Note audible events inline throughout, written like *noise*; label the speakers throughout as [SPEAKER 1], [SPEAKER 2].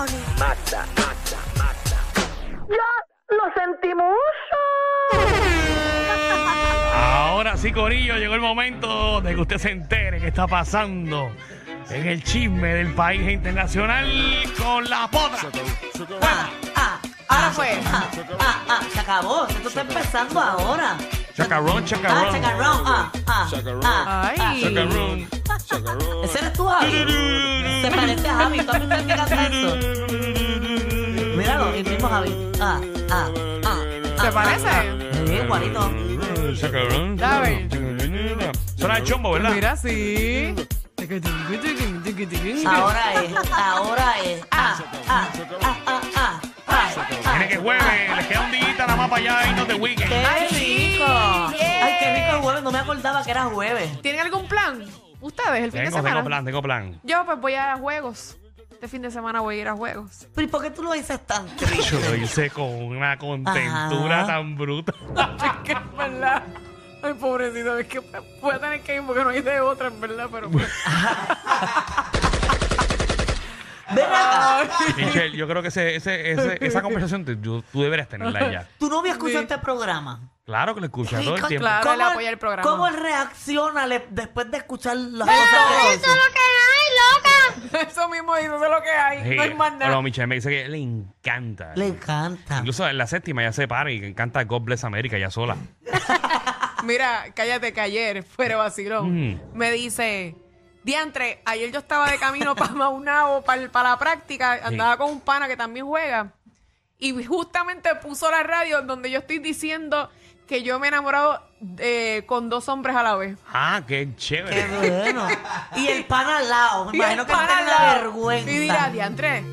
[SPEAKER 1] Mata, mata, mata.
[SPEAKER 2] ¡Lo, lo sentimos!
[SPEAKER 3] Ahora sí, Corillo, llegó el momento de que usted se entere qué está pasando en el chisme del país e internacional con la potra.
[SPEAKER 4] Ah, ah, ahora fue. Ah, ah, ah, se acabó. Esto está empezando ahora.
[SPEAKER 3] Chacarrón,
[SPEAKER 4] Ah,
[SPEAKER 3] chacarrón.
[SPEAKER 4] chacarrón. Ah, ah, ah, ah.
[SPEAKER 3] Chacarrón.
[SPEAKER 4] *laughs* Ese eres tú, Javi. Se parece a Javi. ¿Tú has visto que canta eso? Míralo, el mismo Javi. Ah, ah, ah.
[SPEAKER 5] ¿Te
[SPEAKER 4] ah,
[SPEAKER 5] parece?
[SPEAKER 4] ah, ah. Sí, igualito.
[SPEAKER 3] Chacarrón.
[SPEAKER 5] A ver.
[SPEAKER 3] Suena el chombo, ¿verdad?
[SPEAKER 5] Mira, sí.
[SPEAKER 4] Ahora es, ahora es. Ah, ah, ah, ah, ah. ah,
[SPEAKER 3] Tiene que jueves, les queda un día nada más para allá y no te weekend.
[SPEAKER 4] ¡Qué rico! Ay, qué rico el jueves. No me acordaba que era jueves.
[SPEAKER 5] ¿Tienen algún plan? ¿Ustedes el fin de
[SPEAKER 3] Tengo,
[SPEAKER 5] semana?
[SPEAKER 3] tengo plan, tengo plan.
[SPEAKER 5] Yo pues voy a juegos. Este fin de semana voy a ir a juegos.
[SPEAKER 4] Pero ¿y por qué tú lo dices
[SPEAKER 5] *laughs*
[SPEAKER 4] tan triste?
[SPEAKER 3] Yo lo hice con una contentura
[SPEAKER 4] Ajá.
[SPEAKER 3] tan bruta.
[SPEAKER 5] es *laughs* que es verdad. Ay, pobrecito, es que voy a tener que ir porque no hay de otra, en verdad, pero... pues,
[SPEAKER 4] Ven acá.
[SPEAKER 3] Michelle, yo creo que ese, ese, ese- esa conversación te- yo- tú deberías tenerla ya.
[SPEAKER 4] ¿Tu novia escuchó
[SPEAKER 5] Sí.
[SPEAKER 4] este programa?
[SPEAKER 3] Claro que lo escuchas todo el
[SPEAKER 4] Rico,
[SPEAKER 3] tiempo.
[SPEAKER 5] claro. Ahora le
[SPEAKER 4] ¿Cómo
[SPEAKER 5] apoya
[SPEAKER 4] él-
[SPEAKER 5] el programa.
[SPEAKER 4] ¿Cómo él reacciona le- después de escuchar las cosas que dice?
[SPEAKER 5] *laughs* Eso mismo dice, eso es lo que hay.
[SPEAKER 3] Sí.
[SPEAKER 5] No hay más nada.
[SPEAKER 3] Pero Michelle me dice que le encanta.
[SPEAKER 4] Le encanta.
[SPEAKER 3] Incluso en la séptima ya se para y que encanta God Bless America ya sola.
[SPEAKER 5] Mira, cállate que ayer, fuera vacilón,
[SPEAKER 3] Mm.
[SPEAKER 5] me dice, diantre, ayer yo estaba de camino para Maunabo, para la práctica, andaba con un pana que también juega, y justamente puso la radio en donde yo estoy diciendo que yo me he enamorado eh, con dos hombres a la vez.
[SPEAKER 3] Ah, qué
[SPEAKER 4] Qué
[SPEAKER 3] chévere.
[SPEAKER 4] bueno. Y el pan al lado. Me
[SPEAKER 5] Y
[SPEAKER 4] imagino
[SPEAKER 5] el
[SPEAKER 4] que
[SPEAKER 5] pana
[SPEAKER 4] está
[SPEAKER 5] al
[SPEAKER 4] la
[SPEAKER 5] lado.
[SPEAKER 4] vergüenza.
[SPEAKER 5] Y dirá, diantre,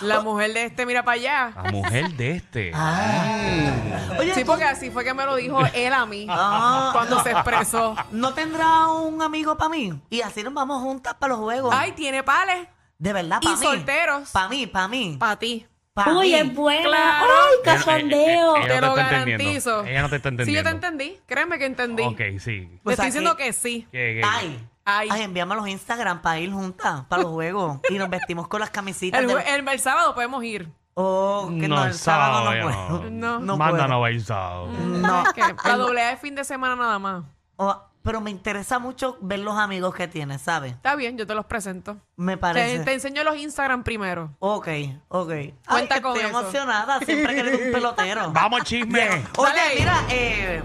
[SPEAKER 5] la mujer de este mira para allá.
[SPEAKER 3] La mujer de este.
[SPEAKER 4] Ah. Oye,
[SPEAKER 5] Sí,
[SPEAKER 4] ¿tú
[SPEAKER 5] porque así fue que me lo dijo él a mí
[SPEAKER 4] *laughs* Ah.
[SPEAKER 5] cuando se expresó.
[SPEAKER 4] ¿no tendrá un amigo para mí? Y así nos vamos juntas para los juegos.
[SPEAKER 5] Ay, tiene pales
[SPEAKER 4] de verdad,
[SPEAKER 5] y
[SPEAKER 4] para mí.
[SPEAKER 5] solteros.
[SPEAKER 4] Para mí, para mí.
[SPEAKER 5] para ti.
[SPEAKER 4] pa'
[SPEAKER 6] Uy,
[SPEAKER 4] mí.
[SPEAKER 6] es buena.
[SPEAKER 5] Claro.
[SPEAKER 6] ¡Ay,
[SPEAKER 3] Ella no-
[SPEAKER 6] cachondeo!
[SPEAKER 3] eh, eh, ella
[SPEAKER 5] Te
[SPEAKER 3] no
[SPEAKER 5] lo
[SPEAKER 3] te está entendiendo.
[SPEAKER 5] garantizo.
[SPEAKER 3] Ella no te está entendiendo.
[SPEAKER 5] Sí, yo te entendí. Créeme que entendí.
[SPEAKER 3] Ok, sí.
[SPEAKER 5] Te
[SPEAKER 4] O sea
[SPEAKER 5] estoy diciendo
[SPEAKER 4] que-
[SPEAKER 5] que, sí.
[SPEAKER 3] Que- que-
[SPEAKER 4] Ay.
[SPEAKER 5] Ay.
[SPEAKER 4] Ay, envíame los Instagram para ir juntas para los juegos. y nos vestimos con las camisitas.
[SPEAKER 5] El,
[SPEAKER 4] de-
[SPEAKER 5] jue- el- el sábado podemos ir.
[SPEAKER 4] Oh, que no,
[SPEAKER 3] No,
[SPEAKER 4] el sábado
[SPEAKER 3] ya
[SPEAKER 4] no puedo.
[SPEAKER 5] No.
[SPEAKER 4] No
[SPEAKER 3] Manda
[SPEAKER 4] puedo.
[SPEAKER 3] no va a ir sábado.
[SPEAKER 4] No.
[SPEAKER 5] Que la doble es fin de semana nada más.
[SPEAKER 4] *laughs* Oh, pero me interesa mucho ver los amigos que tienes, ¿sabes?
[SPEAKER 5] Está bien, yo te los presento.
[SPEAKER 4] Me
[SPEAKER 5] Te,
[SPEAKER 4] parece.
[SPEAKER 5] te enseño los Instagram primero.
[SPEAKER 4] Ok, ok.
[SPEAKER 5] Cuenta
[SPEAKER 4] Ay,
[SPEAKER 5] con
[SPEAKER 4] estoy
[SPEAKER 5] eso.
[SPEAKER 4] emocionada. Siempre he querido un
[SPEAKER 5] *laughs*
[SPEAKER 4] pelotero.
[SPEAKER 3] Vamos, chisme.
[SPEAKER 4] Oye,
[SPEAKER 5] Dale ahí.
[SPEAKER 4] mira, eh,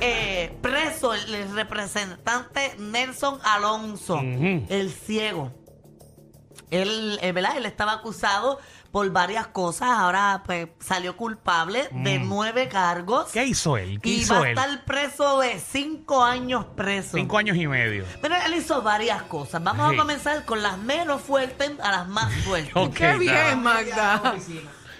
[SPEAKER 4] eh, preso el, el representante Nelson Alonso,
[SPEAKER 3] Ujú.
[SPEAKER 4] el ciego. Él, eh, ¿verdad? Él estaba acusado por varias cosas. Ahora pues, salió culpable de nueve cargos.
[SPEAKER 3] Mm. ¿Qué hizo él? ¿Qué
[SPEAKER 4] Y
[SPEAKER 3] hizo
[SPEAKER 4] va
[SPEAKER 3] él?
[SPEAKER 4] a estar preso de cinco años preso.
[SPEAKER 3] Cinco años y medio.
[SPEAKER 4] Mira, él hizo varias cosas. Vamos
[SPEAKER 3] Sí.
[SPEAKER 4] a comenzar con las menos fuertes a las
[SPEAKER 3] *laughs*
[SPEAKER 4] más fuertes.
[SPEAKER 3] Ok,
[SPEAKER 5] Qué
[SPEAKER 3] nada.
[SPEAKER 5] bien, Magda.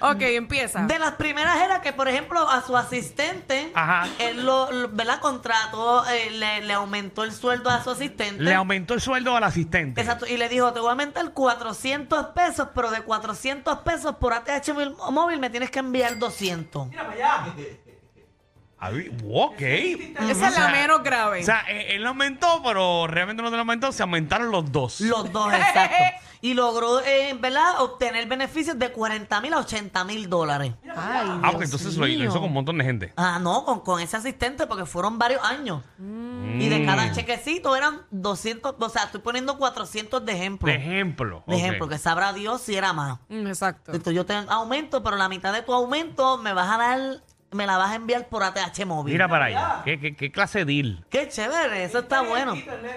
[SPEAKER 5] Ok, empieza.
[SPEAKER 4] De las primeras era que, por ejemplo, a su asistente,
[SPEAKER 3] Ajá.
[SPEAKER 4] él lo, lo- ¿verdad? Contrató, eh, le, le aumentó el sueldo a su asistente.
[SPEAKER 3] Le aumentó el sueldo al asistente.
[SPEAKER 4] Exacto, y le dijo, te voy a aumentar 400 pesos, pero de 400 pesos por ATH mil- móvil me tienes que enviar 200.
[SPEAKER 3] Ay, Ah, ok.
[SPEAKER 5] Esa es la menos grave.
[SPEAKER 3] O sea, eh, él lo aumentó, pero realmente no te lo aumentó, se aumentaron los dos.
[SPEAKER 4] Los
[SPEAKER 3] *laughs*
[SPEAKER 4] dos, exacto. Y logró, eh, ¿verdad? Obtener beneficios de 40 mil a 80 mil dólares.
[SPEAKER 5] Ay,
[SPEAKER 3] ah,
[SPEAKER 5] Dios
[SPEAKER 3] porque entonces lo, lo
[SPEAKER 5] mío.
[SPEAKER 3] hizo con un montón de gente.
[SPEAKER 4] Ah, no, con, con ese asistente, porque fueron varios años. Y de
[SPEAKER 3] Mm.
[SPEAKER 4] cada chequecito eran 200, o sea, estoy poniendo 400 de ejemplo.
[SPEAKER 3] De ejemplo.
[SPEAKER 4] De
[SPEAKER 3] ok.
[SPEAKER 4] ejemplo, que sabrá Dios si era más.
[SPEAKER 5] Mm, Exacto.
[SPEAKER 4] Entonces yo te aumento, pero la mitad de tu aumento me vas a dar, me la vas a enviar por ATH móvil.
[SPEAKER 3] Mira para allá. ¿Qué, qué, qué clase de deal?
[SPEAKER 4] Qué chévere, eso está bueno. *laughs*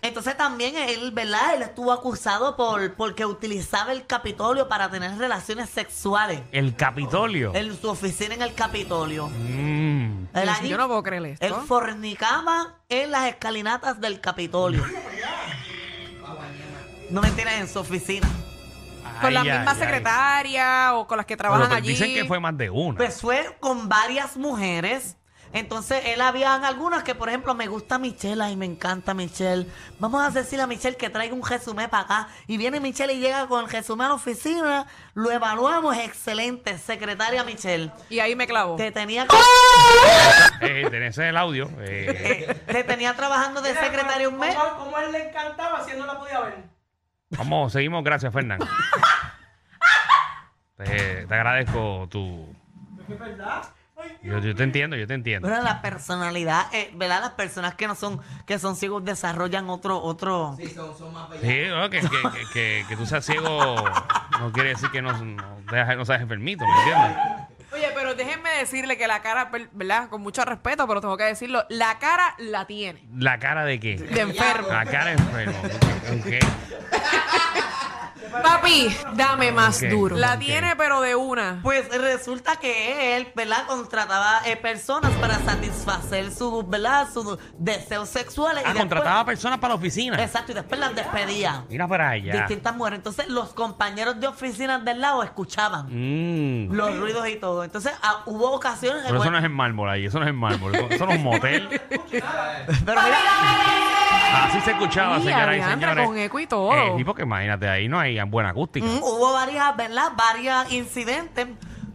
[SPEAKER 4] Entonces también él, ¿verdad? Él estuvo acusado por porque utilizaba el Capitolio para tener relaciones sexuales.
[SPEAKER 3] El Capitolio.
[SPEAKER 4] En su oficina en el Capitolio.
[SPEAKER 3] Mm.
[SPEAKER 4] Él
[SPEAKER 5] Dios,
[SPEAKER 4] allí-
[SPEAKER 5] Yo no puedo creer esto.
[SPEAKER 4] Él fornicaba en las escalinatas del
[SPEAKER 5] *laughs*
[SPEAKER 4] Capitolio. No mentira, en su oficina.
[SPEAKER 5] con la
[SPEAKER 3] Ay,
[SPEAKER 5] misma
[SPEAKER 3] ay, ay.
[SPEAKER 5] secretaria o con las que
[SPEAKER 3] Pero,
[SPEAKER 5] trabajan
[SPEAKER 3] pero
[SPEAKER 5] allí.
[SPEAKER 3] Dicen que fue más de una.
[SPEAKER 4] Pues fue con varias mujeres. Entonces, él habían algunas que, por ejemplo, me gusta Michelle, ay, me encanta Michelle. Vamos a decirle a Michelle que traiga un resumen para acá. Y viene Michelle y llega con el resumen a la oficina, lo evaluamos, excelente, secretaria Michelle.
[SPEAKER 5] Y ahí me clavo.
[SPEAKER 4] Te tenía,
[SPEAKER 3] *laughs* Eh, tenés el audio.
[SPEAKER 4] *laughs*
[SPEAKER 3] eh.
[SPEAKER 4] te tenía trabajando de secretaria un mes.
[SPEAKER 7] ¿Cómo, cómo a él le encantaba si él no la podía ver?
[SPEAKER 3] Vamos, seguimos. Gracias, Fernán. Eh, te agradezco tu. Yo, yo te entiendo, yo te entiendo.
[SPEAKER 4] Pero la personalidad, eh, ¿verdad? Las personas que no son, que son ciegos desarrollan otro, otro.
[SPEAKER 3] Sí, no, que, que, que, que- que tú seas ciego no quiere decir que no, no, te- no seas enfermito, ¿me entiendes?
[SPEAKER 5] Oye, pero déjenme decirle que la cara, per- ¿verdad? Con mucho respeto, pero tengo que decirlo, la cara la tiene.
[SPEAKER 3] ¿La cara de qué?
[SPEAKER 5] De enfermo.
[SPEAKER 3] La cara de enfermo. Ok.
[SPEAKER 5] Papi, dame más
[SPEAKER 3] Ok.
[SPEAKER 5] duro. La
[SPEAKER 3] Ok.
[SPEAKER 5] tiene, pero de una.
[SPEAKER 4] Pues resulta que él, ¿verdad? Contrataba eh, personas para satisfacer sus, ¿verdad? Sus deseos sexuales.
[SPEAKER 3] Ah,
[SPEAKER 4] y después-
[SPEAKER 3] contrataba personas para la oficina.
[SPEAKER 4] Exacto, y después las despedía.
[SPEAKER 3] Mira para allá.
[SPEAKER 4] Distintas mujeres. Entonces los compañeros de oficinas del lado escuchaban
[SPEAKER 3] Mm.
[SPEAKER 4] los ruidos y todo. Entonces ah, hubo ocasiones...
[SPEAKER 3] Pero eso no es en mármol ahí, eso no es en mármol. Eso eso no es
[SPEAKER 4] *laughs*
[SPEAKER 3] un motel.
[SPEAKER 4] Pero mira,
[SPEAKER 3] Así se escuchaba,
[SPEAKER 5] Y
[SPEAKER 3] señoras y
[SPEAKER 5] adiantra,
[SPEAKER 3] señores.
[SPEAKER 5] con eco y todo.
[SPEAKER 3] Eh, sí, porque imagínate, ahí no hay buena acústica.
[SPEAKER 4] Mm, Hubo varias, ¿verdad? Varias incidentes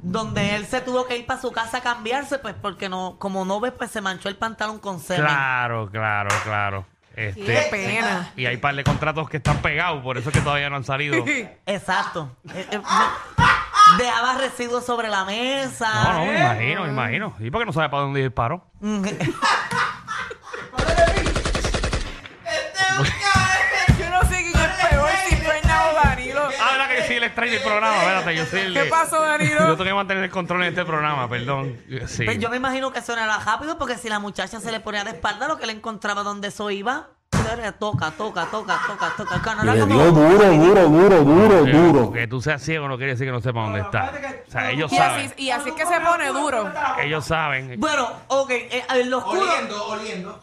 [SPEAKER 4] donde él se tuvo que ir para su casa a cambiarse, pues porque no, como no ves, pues se manchó el pantalón con semen.
[SPEAKER 3] Claro, claro, claro. Este,
[SPEAKER 5] Qué pena.
[SPEAKER 3] Y hay un par de contratos que están pegados, por eso es que todavía no
[SPEAKER 5] *laughs*
[SPEAKER 3] han salido.
[SPEAKER 4] Exacto.
[SPEAKER 3] Ah.
[SPEAKER 4] Eh, eh, Dejaba residuos sobre la mesa.
[SPEAKER 3] No, no,
[SPEAKER 5] Ah.
[SPEAKER 3] me imagino, me imagino. ¿Y por qué no sabe para dónde disparó?
[SPEAKER 4] Mm, eh,
[SPEAKER 5] Yo no sé quién es peor, si Fernando o Danilo.
[SPEAKER 3] Ah, verdad que yo soy el extraño del programa, espérate, yo soy el...
[SPEAKER 5] ¿Qué pasó,
[SPEAKER 3] Yo
[SPEAKER 5] Danilo?
[SPEAKER 3] tengo que mantener el control en este programa, perdón. Sí.
[SPEAKER 4] Pero Pues yo me imagino que eso no era rápido porque si la muchacha se le ponía de espalda, lo que le encontraba donde eso iba, era toca, toca, toca, toca, toca. Que no era
[SPEAKER 6] Le
[SPEAKER 4] como-
[SPEAKER 6] dio duro, duro, duro, duro,
[SPEAKER 3] Eh,
[SPEAKER 6] duro.
[SPEAKER 3] Que tú seas ciego no quiere decir que no sepa dónde está. O sea, ellos
[SPEAKER 5] Y así,
[SPEAKER 3] saben.
[SPEAKER 5] y así es que se pone duro.
[SPEAKER 3] Ellos saben.
[SPEAKER 4] Bueno, ok, eh, en lo oscuro.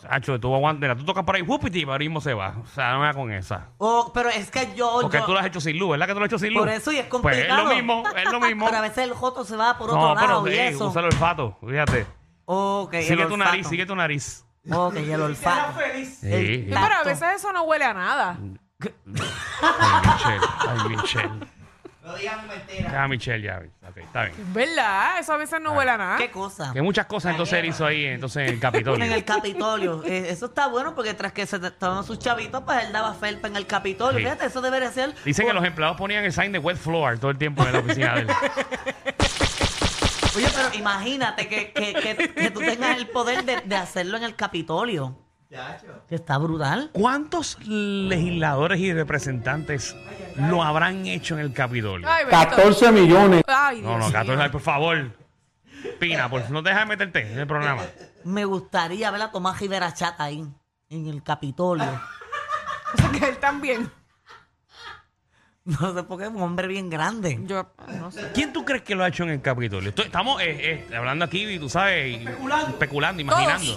[SPEAKER 3] Hacho, tú aguantas, tú tocas por ahí, ¡wupiti! y ahora mismo se va. O sea, no me da con esa.
[SPEAKER 4] Oh, pero es que yo.
[SPEAKER 3] Porque
[SPEAKER 4] yo-
[SPEAKER 3] tú lo has hecho sin luz, ¿verdad que tú lo has hecho sin luz?
[SPEAKER 4] Por eso y es
[SPEAKER 3] Pues es
[SPEAKER 4] complicado.
[SPEAKER 3] lo mismo, es
[SPEAKER 4] *laughs*
[SPEAKER 3] lo mismo.
[SPEAKER 4] Pero a veces el joto se va por otro
[SPEAKER 3] No,
[SPEAKER 4] lado
[SPEAKER 3] pero
[SPEAKER 4] y
[SPEAKER 3] sí,
[SPEAKER 4] eso.
[SPEAKER 3] usa el olfato, fíjate.
[SPEAKER 4] Ok, el
[SPEAKER 3] Sigue tu
[SPEAKER 4] olfato.
[SPEAKER 3] nariz, sigue tu nariz.
[SPEAKER 4] Ok, el olfato.
[SPEAKER 3] Sí.
[SPEAKER 5] No, pero a veces eso no huele a nada.
[SPEAKER 3] Ay, Michelle. Ay, Michelle. No digan mentira. Ya, Michelle, ya. Ok, está bien.
[SPEAKER 5] ¿Verdad? Eso a veces no huele a nada.
[SPEAKER 4] ¿Qué cosa?
[SPEAKER 3] Que muchas cosas entonces él hizo ahí, entonces en el Capitolio.
[SPEAKER 4] En el Capitolio. Eh, eso está bueno porque tras que se tomaban sus chavitos, pues él daba felpa en el Capitolio.
[SPEAKER 3] Sí.
[SPEAKER 4] Fíjate, eso debería ser.
[SPEAKER 3] Dicen que los empleados ponían el sign de wet floor todo el tiempo en la oficina de él.
[SPEAKER 4] Oye, pero imagínate que, que, que- que tú tengas el poder de, de hacerlo en el Capitolio. Que está brutal.
[SPEAKER 3] ¿Cuántos legisladores y representantes lo habrán hecho en el Capitolio?
[SPEAKER 5] Ay, bendito.
[SPEAKER 6] 14 millones.
[SPEAKER 5] Ay, Dios
[SPEAKER 3] No, no,
[SPEAKER 5] mío.
[SPEAKER 3] Cato, ay, por favor. Pina, por no te dejes meterte en el programa.
[SPEAKER 4] Me gustaría ver a Tomás Rivera Chata ahí, en el Capitolio. *laughs*
[SPEAKER 5] *laughs* Que él también.
[SPEAKER 4] No sé por qué es un hombre bien grande.
[SPEAKER 5] Yo no *laughs* sé.
[SPEAKER 3] ¿Quién tú crees que lo ha hecho en el Capitolio? Estoy- estamos eh, eh, hablando aquí, y tú sabes, y- especulando, imaginando.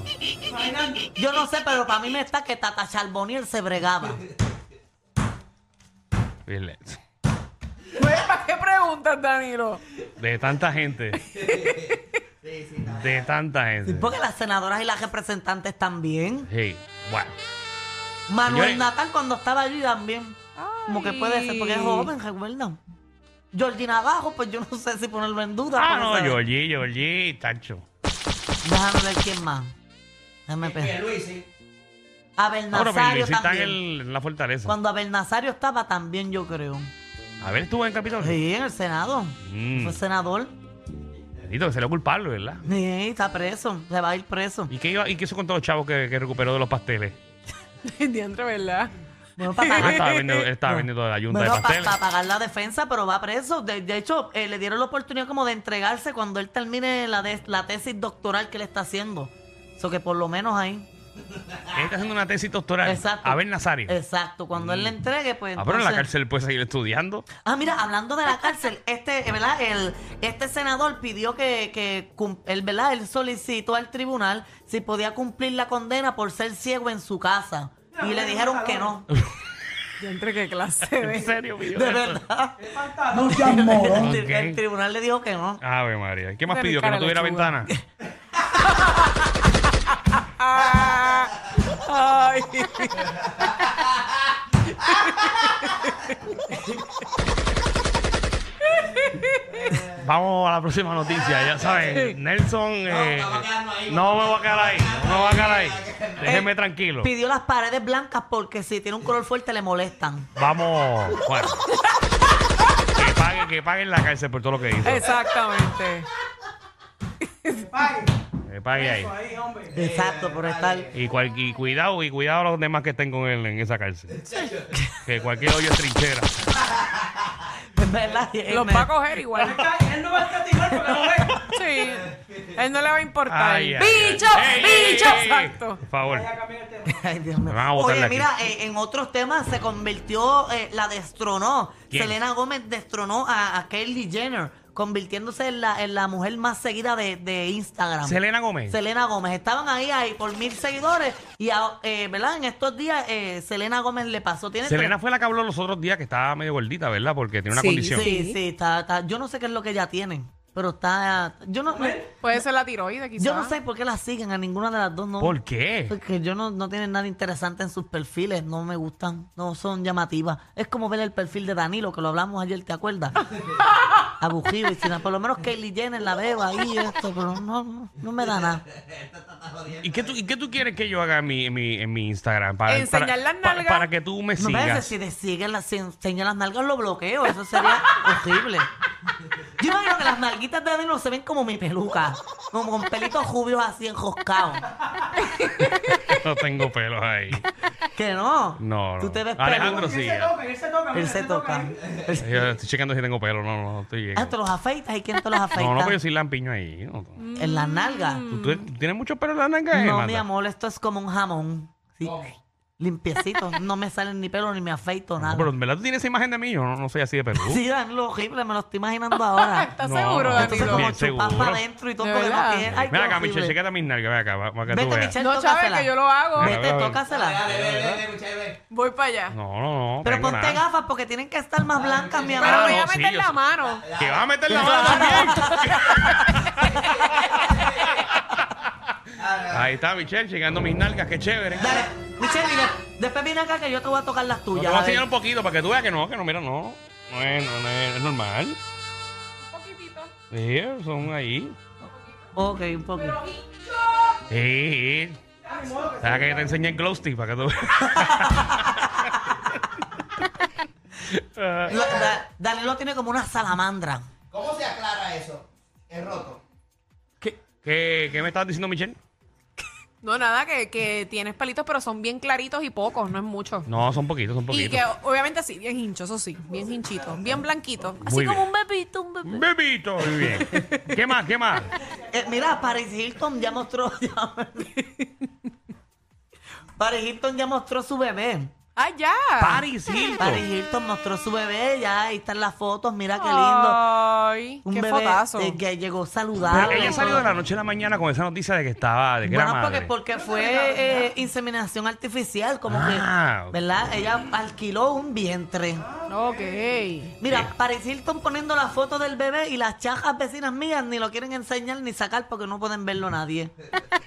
[SPEAKER 4] Yo no sé, pero para mí me está que Tata Charbonier se bregaba.
[SPEAKER 3] Dile,
[SPEAKER 5] ¿Para qué preguntas, Danilo?
[SPEAKER 3] De tanta
[SPEAKER 5] *laughs*
[SPEAKER 3] gente. De tanta gente.
[SPEAKER 4] Porque las senadoras y las representantes también.
[SPEAKER 3] Sí, bueno.
[SPEAKER 4] Manuel
[SPEAKER 3] Señores.
[SPEAKER 4] Natal cuando estaba allí también. Como que puede ser, porque es
[SPEAKER 5] Ay. *laughs*
[SPEAKER 4] joven, recuerdan. Georgina Gajo, pues yo no sé si ponerlo en duda.
[SPEAKER 3] Ah,
[SPEAKER 4] pero
[SPEAKER 3] no,
[SPEAKER 4] sabe.
[SPEAKER 3] Georgie, Georgie, Tacho.
[SPEAKER 4] Déjame ver quién más. Déjame pensar. Abel
[SPEAKER 3] Ah, Bueno, pero
[SPEAKER 4] Nazario
[SPEAKER 3] Luis está en,
[SPEAKER 4] también.
[SPEAKER 3] el- en la fortaleza.
[SPEAKER 4] Cuando Abel Nazario estaba también, yo creo.
[SPEAKER 3] A ver, estuvo en Capitolio.
[SPEAKER 4] Sí, en el Senado.
[SPEAKER 3] Mm.
[SPEAKER 4] Fue senador.
[SPEAKER 3] Bendito, que se le culpable, ¿verdad?
[SPEAKER 4] Sí, está preso. Se va a ir preso.
[SPEAKER 3] ¿Y qué, iba- y qué hizo con todos los chavos que, que recuperó de
[SPEAKER 4] *laughs*
[SPEAKER 3] los pasteles?
[SPEAKER 5] Diantre, ¿verdad?
[SPEAKER 4] Bueno,
[SPEAKER 3] *laughs* Ah,
[SPEAKER 4] papá.
[SPEAKER 3] estaba vendiendo, él estaba vendiendo la yunta de
[SPEAKER 4] para
[SPEAKER 3] pasteles.
[SPEAKER 4] pagar la defensa, pero va preso. De, de hecho, eh, le dieron la oportunidad como de entregarse cuando él termine la, des- la tesis doctoral que le está haciendo. Eso que por lo menos ahí.
[SPEAKER 3] Él está haciendo una tesis doctoral.
[SPEAKER 4] Exacto.
[SPEAKER 3] A ver, Nazario.
[SPEAKER 4] Exacto. Cuando él le entregue, pues.
[SPEAKER 3] Ah, pero en la
[SPEAKER 4] entonces-
[SPEAKER 3] cárcel puede seguir estudiando.
[SPEAKER 4] Ah, mira, hablando de la cárcel, este, eh, ¿verdad? El, este senador pidió que, que cum- él, ¿verdad? Él solicitó al tribunal si podía cumplir la condena por ser ciego en su casa. Y le dijeron que no.
[SPEAKER 3] *laughs*
[SPEAKER 5] Diantre, qué clase
[SPEAKER 3] ¿En
[SPEAKER 5] de.
[SPEAKER 3] serio,
[SPEAKER 4] *laughs*
[SPEAKER 3] pidió
[SPEAKER 4] De
[SPEAKER 3] eso?
[SPEAKER 4] verdad.
[SPEAKER 6] No seas morón.
[SPEAKER 4] El, el tribunal le dijo que no.
[SPEAKER 3] Ave María. ¿Qué más
[SPEAKER 5] Pero
[SPEAKER 3] pidió? Que
[SPEAKER 5] cara
[SPEAKER 3] no tuviera
[SPEAKER 5] lechuga.
[SPEAKER 3] ventana.
[SPEAKER 4] *laughs*
[SPEAKER 5] Ah,
[SPEAKER 3] *laughs*
[SPEAKER 5] ay.
[SPEAKER 3] Vamos a la próxima noticia. Ya saben, Nelson. eh, no me voy a quedar ahí. No me voy a quedar ahí. Déjenme tranquilo.
[SPEAKER 4] Pidió las paredes blancas porque si tiene un color fuerte le molestan.
[SPEAKER 3] Vamos. Bueno. Que pague, que pague en la cárcel por todo lo que hizo.
[SPEAKER 5] Exactamente.
[SPEAKER 3] Que pague ahí.
[SPEAKER 7] Eh,
[SPEAKER 4] Eh, Exacto, por estar. *laughs*
[SPEAKER 3] Y, cual- y cuidado, y cuidado a los demás que estén con él en esa cárcel. que cualquier hoyo es trinchera.
[SPEAKER 4] En verdad, eh,
[SPEAKER 5] Los
[SPEAKER 4] me-
[SPEAKER 5] va a coger igual.
[SPEAKER 7] Él no va a escatimar porque lo ve.
[SPEAKER 5] Sí. Él no le va a importar.
[SPEAKER 3] Ay, ay, ay.
[SPEAKER 5] ¡Bicho!
[SPEAKER 3] Ey, ey,
[SPEAKER 5] ¡Bicho!
[SPEAKER 3] ey, ey.
[SPEAKER 5] Exacto.
[SPEAKER 3] Por favor.
[SPEAKER 4] Ay, Dios mío.
[SPEAKER 3] Me van a botar
[SPEAKER 4] Oye,
[SPEAKER 3] de aquí.
[SPEAKER 4] mira, eh, en otros temas se convirtió, eh, la destronó.
[SPEAKER 3] ¿Quién?
[SPEAKER 4] Selena Gómez destronó a, a Kylie Jenner, convirtiéndose en la, en la mujer más seguida de, de Instagram.
[SPEAKER 3] Selena Gómez.
[SPEAKER 4] Selena Gómez. Estaban ahí, ahí por mil seguidores. Y, a- eh, ¿verdad? En estos días, eh, Selena Gómez le pasó. ¿Tiene
[SPEAKER 3] Selena fue la que habló los otros días que estaba medio gordita, ¿verdad? Porque tiene una
[SPEAKER 5] Sí,
[SPEAKER 3] condición.
[SPEAKER 4] Sí, sí, está, está- Yo no sé qué es lo que ya tienen, pero está. Yo no,
[SPEAKER 5] Puede ser la tiroides, quizás.
[SPEAKER 4] yo no sé por qué la siguen a ninguna de las dos, ¿no?
[SPEAKER 3] ¿Por qué?
[SPEAKER 4] Porque yo no, no tienen nada interesante en sus perfiles, no me gustan, no son llamativas. Es como ver el perfil de Danilo, que lo hablamos ayer, ¿te
[SPEAKER 3] *laughs*
[SPEAKER 4] acuerdas? Abugido y sin por lo menos Kylie Jenner la veo ahí, esto, pero no, no, no me da nada.
[SPEAKER 3] ¿Y qué, tú, y qué tú quieres que yo haga en mi, en mi, en mi Instagram? Para,
[SPEAKER 5] Enseñar
[SPEAKER 3] para-
[SPEAKER 5] las
[SPEAKER 3] pa-
[SPEAKER 5] nalgas.
[SPEAKER 3] para que tú me
[SPEAKER 4] No me
[SPEAKER 3] *laughs*
[SPEAKER 4] dices,
[SPEAKER 3] sigas.
[SPEAKER 4] si te siguen las, si enseñan las nalgas, lo bloqueo, eso sería horrible. Yo imagino que las nalguitas de Danilo se ven como mi peluca, como con pelitos rubios así enjoscados.
[SPEAKER 3] no tengo pelos ahí.
[SPEAKER 4] Que no.
[SPEAKER 3] No, no.
[SPEAKER 4] Tú te ves
[SPEAKER 3] Alejandro
[SPEAKER 4] peluca.
[SPEAKER 7] Él
[SPEAKER 3] sí.
[SPEAKER 7] se toca, él se toca. mira,
[SPEAKER 4] Él se toca.
[SPEAKER 3] Yo estoy checando si tengo pelo. No, no, estoy bien.
[SPEAKER 4] Ah, te los afeitas y quién te los afeita.
[SPEAKER 3] No, no, pero yo soy lampiño ahí. No, no.
[SPEAKER 4] En las nalgas.
[SPEAKER 3] ¿Tú, tú- tú tienes mucho pelo en la nalga?
[SPEAKER 4] Mm.
[SPEAKER 3] eh,
[SPEAKER 4] No,
[SPEAKER 3] Amanda?
[SPEAKER 4] mi amor, esto es como un jamón. Sí. Limpiecito. No me salen ni pelo ni me afeito,
[SPEAKER 3] No,
[SPEAKER 4] nada.
[SPEAKER 3] pero en verdad tú tienes esa imagen de mí. Yo no, no soy así de peludo.
[SPEAKER 4] Sí, dan lo horrible, me lo estoy imaginando
[SPEAKER 3] *laughs*
[SPEAKER 4] ahora.
[SPEAKER 5] ¿Estás
[SPEAKER 3] No,
[SPEAKER 5] seguro,
[SPEAKER 3] no,
[SPEAKER 5] Danilo?
[SPEAKER 4] Entonces, como
[SPEAKER 3] Bien
[SPEAKER 4] chupas
[SPEAKER 3] seguro.
[SPEAKER 4] para adentro y todo
[SPEAKER 5] De
[SPEAKER 4] porque no
[SPEAKER 5] verdad.
[SPEAKER 4] tiene. Ay,
[SPEAKER 3] Ven
[SPEAKER 4] qué
[SPEAKER 3] acá,
[SPEAKER 4] horrible.
[SPEAKER 3] Michelle, checate mis nalgas. Ven acá, para, que tú
[SPEAKER 4] Vete,
[SPEAKER 3] veas.
[SPEAKER 4] Michelle,
[SPEAKER 5] No, Chávez,
[SPEAKER 4] tócasela.
[SPEAKER 5] que yo lo hago.
[SPEAKER 3] Mira,
[SPEAKER 4] Vete,
[SPEAKER 3] ve, ve.
[SPEAKER 4] tócasela.
[SPEAKER 5] Voy para allá.
[SPEAKER 3] No, no, no.
[SPEAKER 4] Pero
[SPEAKER 3] tengo
[SPEAKER 4] ponte
[SPEAKER 3] nada.
[SPEAKER 4] gafas porque tienen que estar más blancas, mi
[SPEAKER 5] Pero
[SPEAKER 3] Ah,
[SPEAKER 5] voy
[SPEAKER 4] amor.
[SPEAKER 5] a
[SPEAKER 3] no, sí,
[SPEAKER 5] meter
[SPEAKER 3] yo
[SPEAKER 5] la
[SPEAKER 3] sé.
[SPEAKER 5] mano.
[SPEAKER 3] Que va a meter la mano
[SPEAKER 4] *laughs*
[SPEAKER 3] también. Ahí está Michelle llegando mis nalgas, qué chévere.
[SPEAKER 4] Dale, Michelle, mira, después viene acá que yo te voy a tocar las
[SPEAKER 3] No,
[SPEAKER 4] tuyas.
[SPEAKER 3] te voy
[SPEAKER 4] a
[SPEAKER 3] a
[SPEAKER 4] ver.
[SPEAKER 3] enseñar un poquito para que tú veas que no, que no, mira, no. No es, no, no es, es normal.
[SPEAKER 5] Un poquitito.
[SPEAKER 3] Sí, son ahí.
[SPEAKER 4] Ok, un poquito.
[SPEAKER 3] Sí, sí. Deja que te enseñe el glow stick para que tú veas.
[SPEAKER 4] La- da- Danilo tiene como una salamandra.
[SPEAKER 7] ¿Cómo se aclara eso? Es roto.
[SPEAKER 3] ¿Qué, ¿Qué me estás diciendo, Michelle?
[SPEAKER 5] No, nada, que, que tienes pelitos, pero son bien claritos y pocos, no es mucho.
[SPEAKER 3] No, son poquitos, son
[SPEAKER 5] Y
[SPEAKER 3] poquitos.
[SPEAKER 5] que obviamente sí, bien hincho, eso sí, bien hinchito, bien blanquito. Así
[SPEAKER 3] Muy
[SPEAKER 5] como
[SPEAKER 3] bien.
[SPEAKER 5] un bebito, un bebé.
[SPEAKER 3] Bebito, muy bien. *laughs* ¿Qué más? ¿Qué más?
[SPEAKER 4] Eh, mira, Paris Hilton ya mostró. *laughs* ya- Paris Hilton ya mostró su bebé.
[SPEAKER 5] ¡Ah, ya!
[SPEAKER 3] Paris
[SPEAKER 4] Paris
[SPEAKER 3] Hilton.
[SPEAKER 4] Hilton mostró su bebé, ya ahí están las fotos, mira qué lindo.
[SPEAKER 5] ¡Ay!
[SPEAKER 4] Un
[SPEAKER 5] Ah, ¡Qué
[SPEAKER 4] bebé
[SPEAKER 5] fotazo!
[SPEAKER 4] eh, que llegó
[SPEAKER 3] Pero
[SPEAKER 4] saludable.
[SPEAKER 3] ella salió de la noche a la mañana con esa noticia de que estaba, de que era
[SPEAKER 4] Bueno, porque,
[SPEAKER 3] madre.
[SPEAKER 4] porque fue eh, inseminación artificial, como
[SPEAKER 3] Ah,
[SPEAKER 4] que,
[SPEAKER 3] ok.
[SPEAKER 4] ¿verdad? Ella alquiló un vientre.
[SPEAKER 5] Ok.
[SPEAKER 4] Mira, Paris Hilton poniendo la foto del bebé y las chajas vecinas mías ni lo quieren enseñar ni sacar porque no pueden verlo
[SPEAKER 3] *laughs*
[SPEAKER 4] nadie.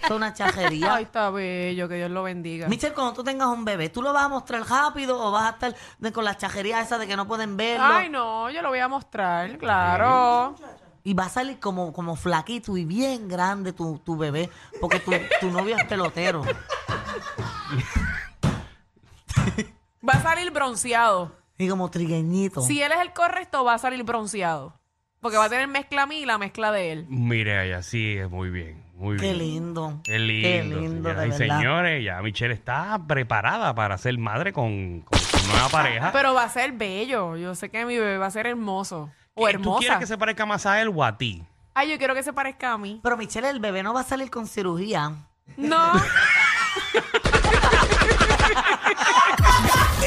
[SPEAKER 4] Es una chajería.
[SPEAKER 5] Ay, está bello, que Dios lo bendiga.
[SPEAKER 4] Michelle, cuando tú tengas un bebé, ¿tú lo vas a mostrar rápido o vas a estar de- con la chajería esa de que no pueden verlo?
[SPEAKER 5] Ay, no, yo lo voy a mostrar, claro.
[SPEAKER 4] Y va a salir como, como flaquito y bien grande tu, tu bebé, porque tu, tu novio es pelotero.
[SPEAKER 5] Va a salir bronceado.
[SPEAKER 4] Y como trigueñito.
[SPEAKER 5] Si él es el correcto, va a salir bronceado. Porque va a tener mezcla a mí y la mezcla de él.
[SPEAKER 3] Mire, ella sí, es muy bien, muy
[SPEAKER 4] Qué
[SPEAKER 3] bien.
[SPEAKER 4] lindo.
[SPEAKER 3] Qué lindo.
[SPEAKER 4] Qué lindo,
[SPEAKER 3] señoras
[SPEAKER 4] de
[SPEAKER 3] y
[SPEAKER 4] verdad.
[SPEAKER 3] señores, ya Michelle está preparada para ser madre con, con su nueva pareja.
[SPEAKER 5] Pero va a ser bello. Yo sé que mi bebé va a ser hermoso. O
[SPEAKER 3] ¿Qué- ¿Tú quieres
[SPEAKER 5] hermosa.
[SPEAKER 3] que se parezca más a él o a ti?
[SPEAKER 5] Ay, yo quiero que se parezca a mí.
[SPEAKER 4] Pero Michelle, el bebé no va a salir con cirugía.
[SPEAKER 5] No.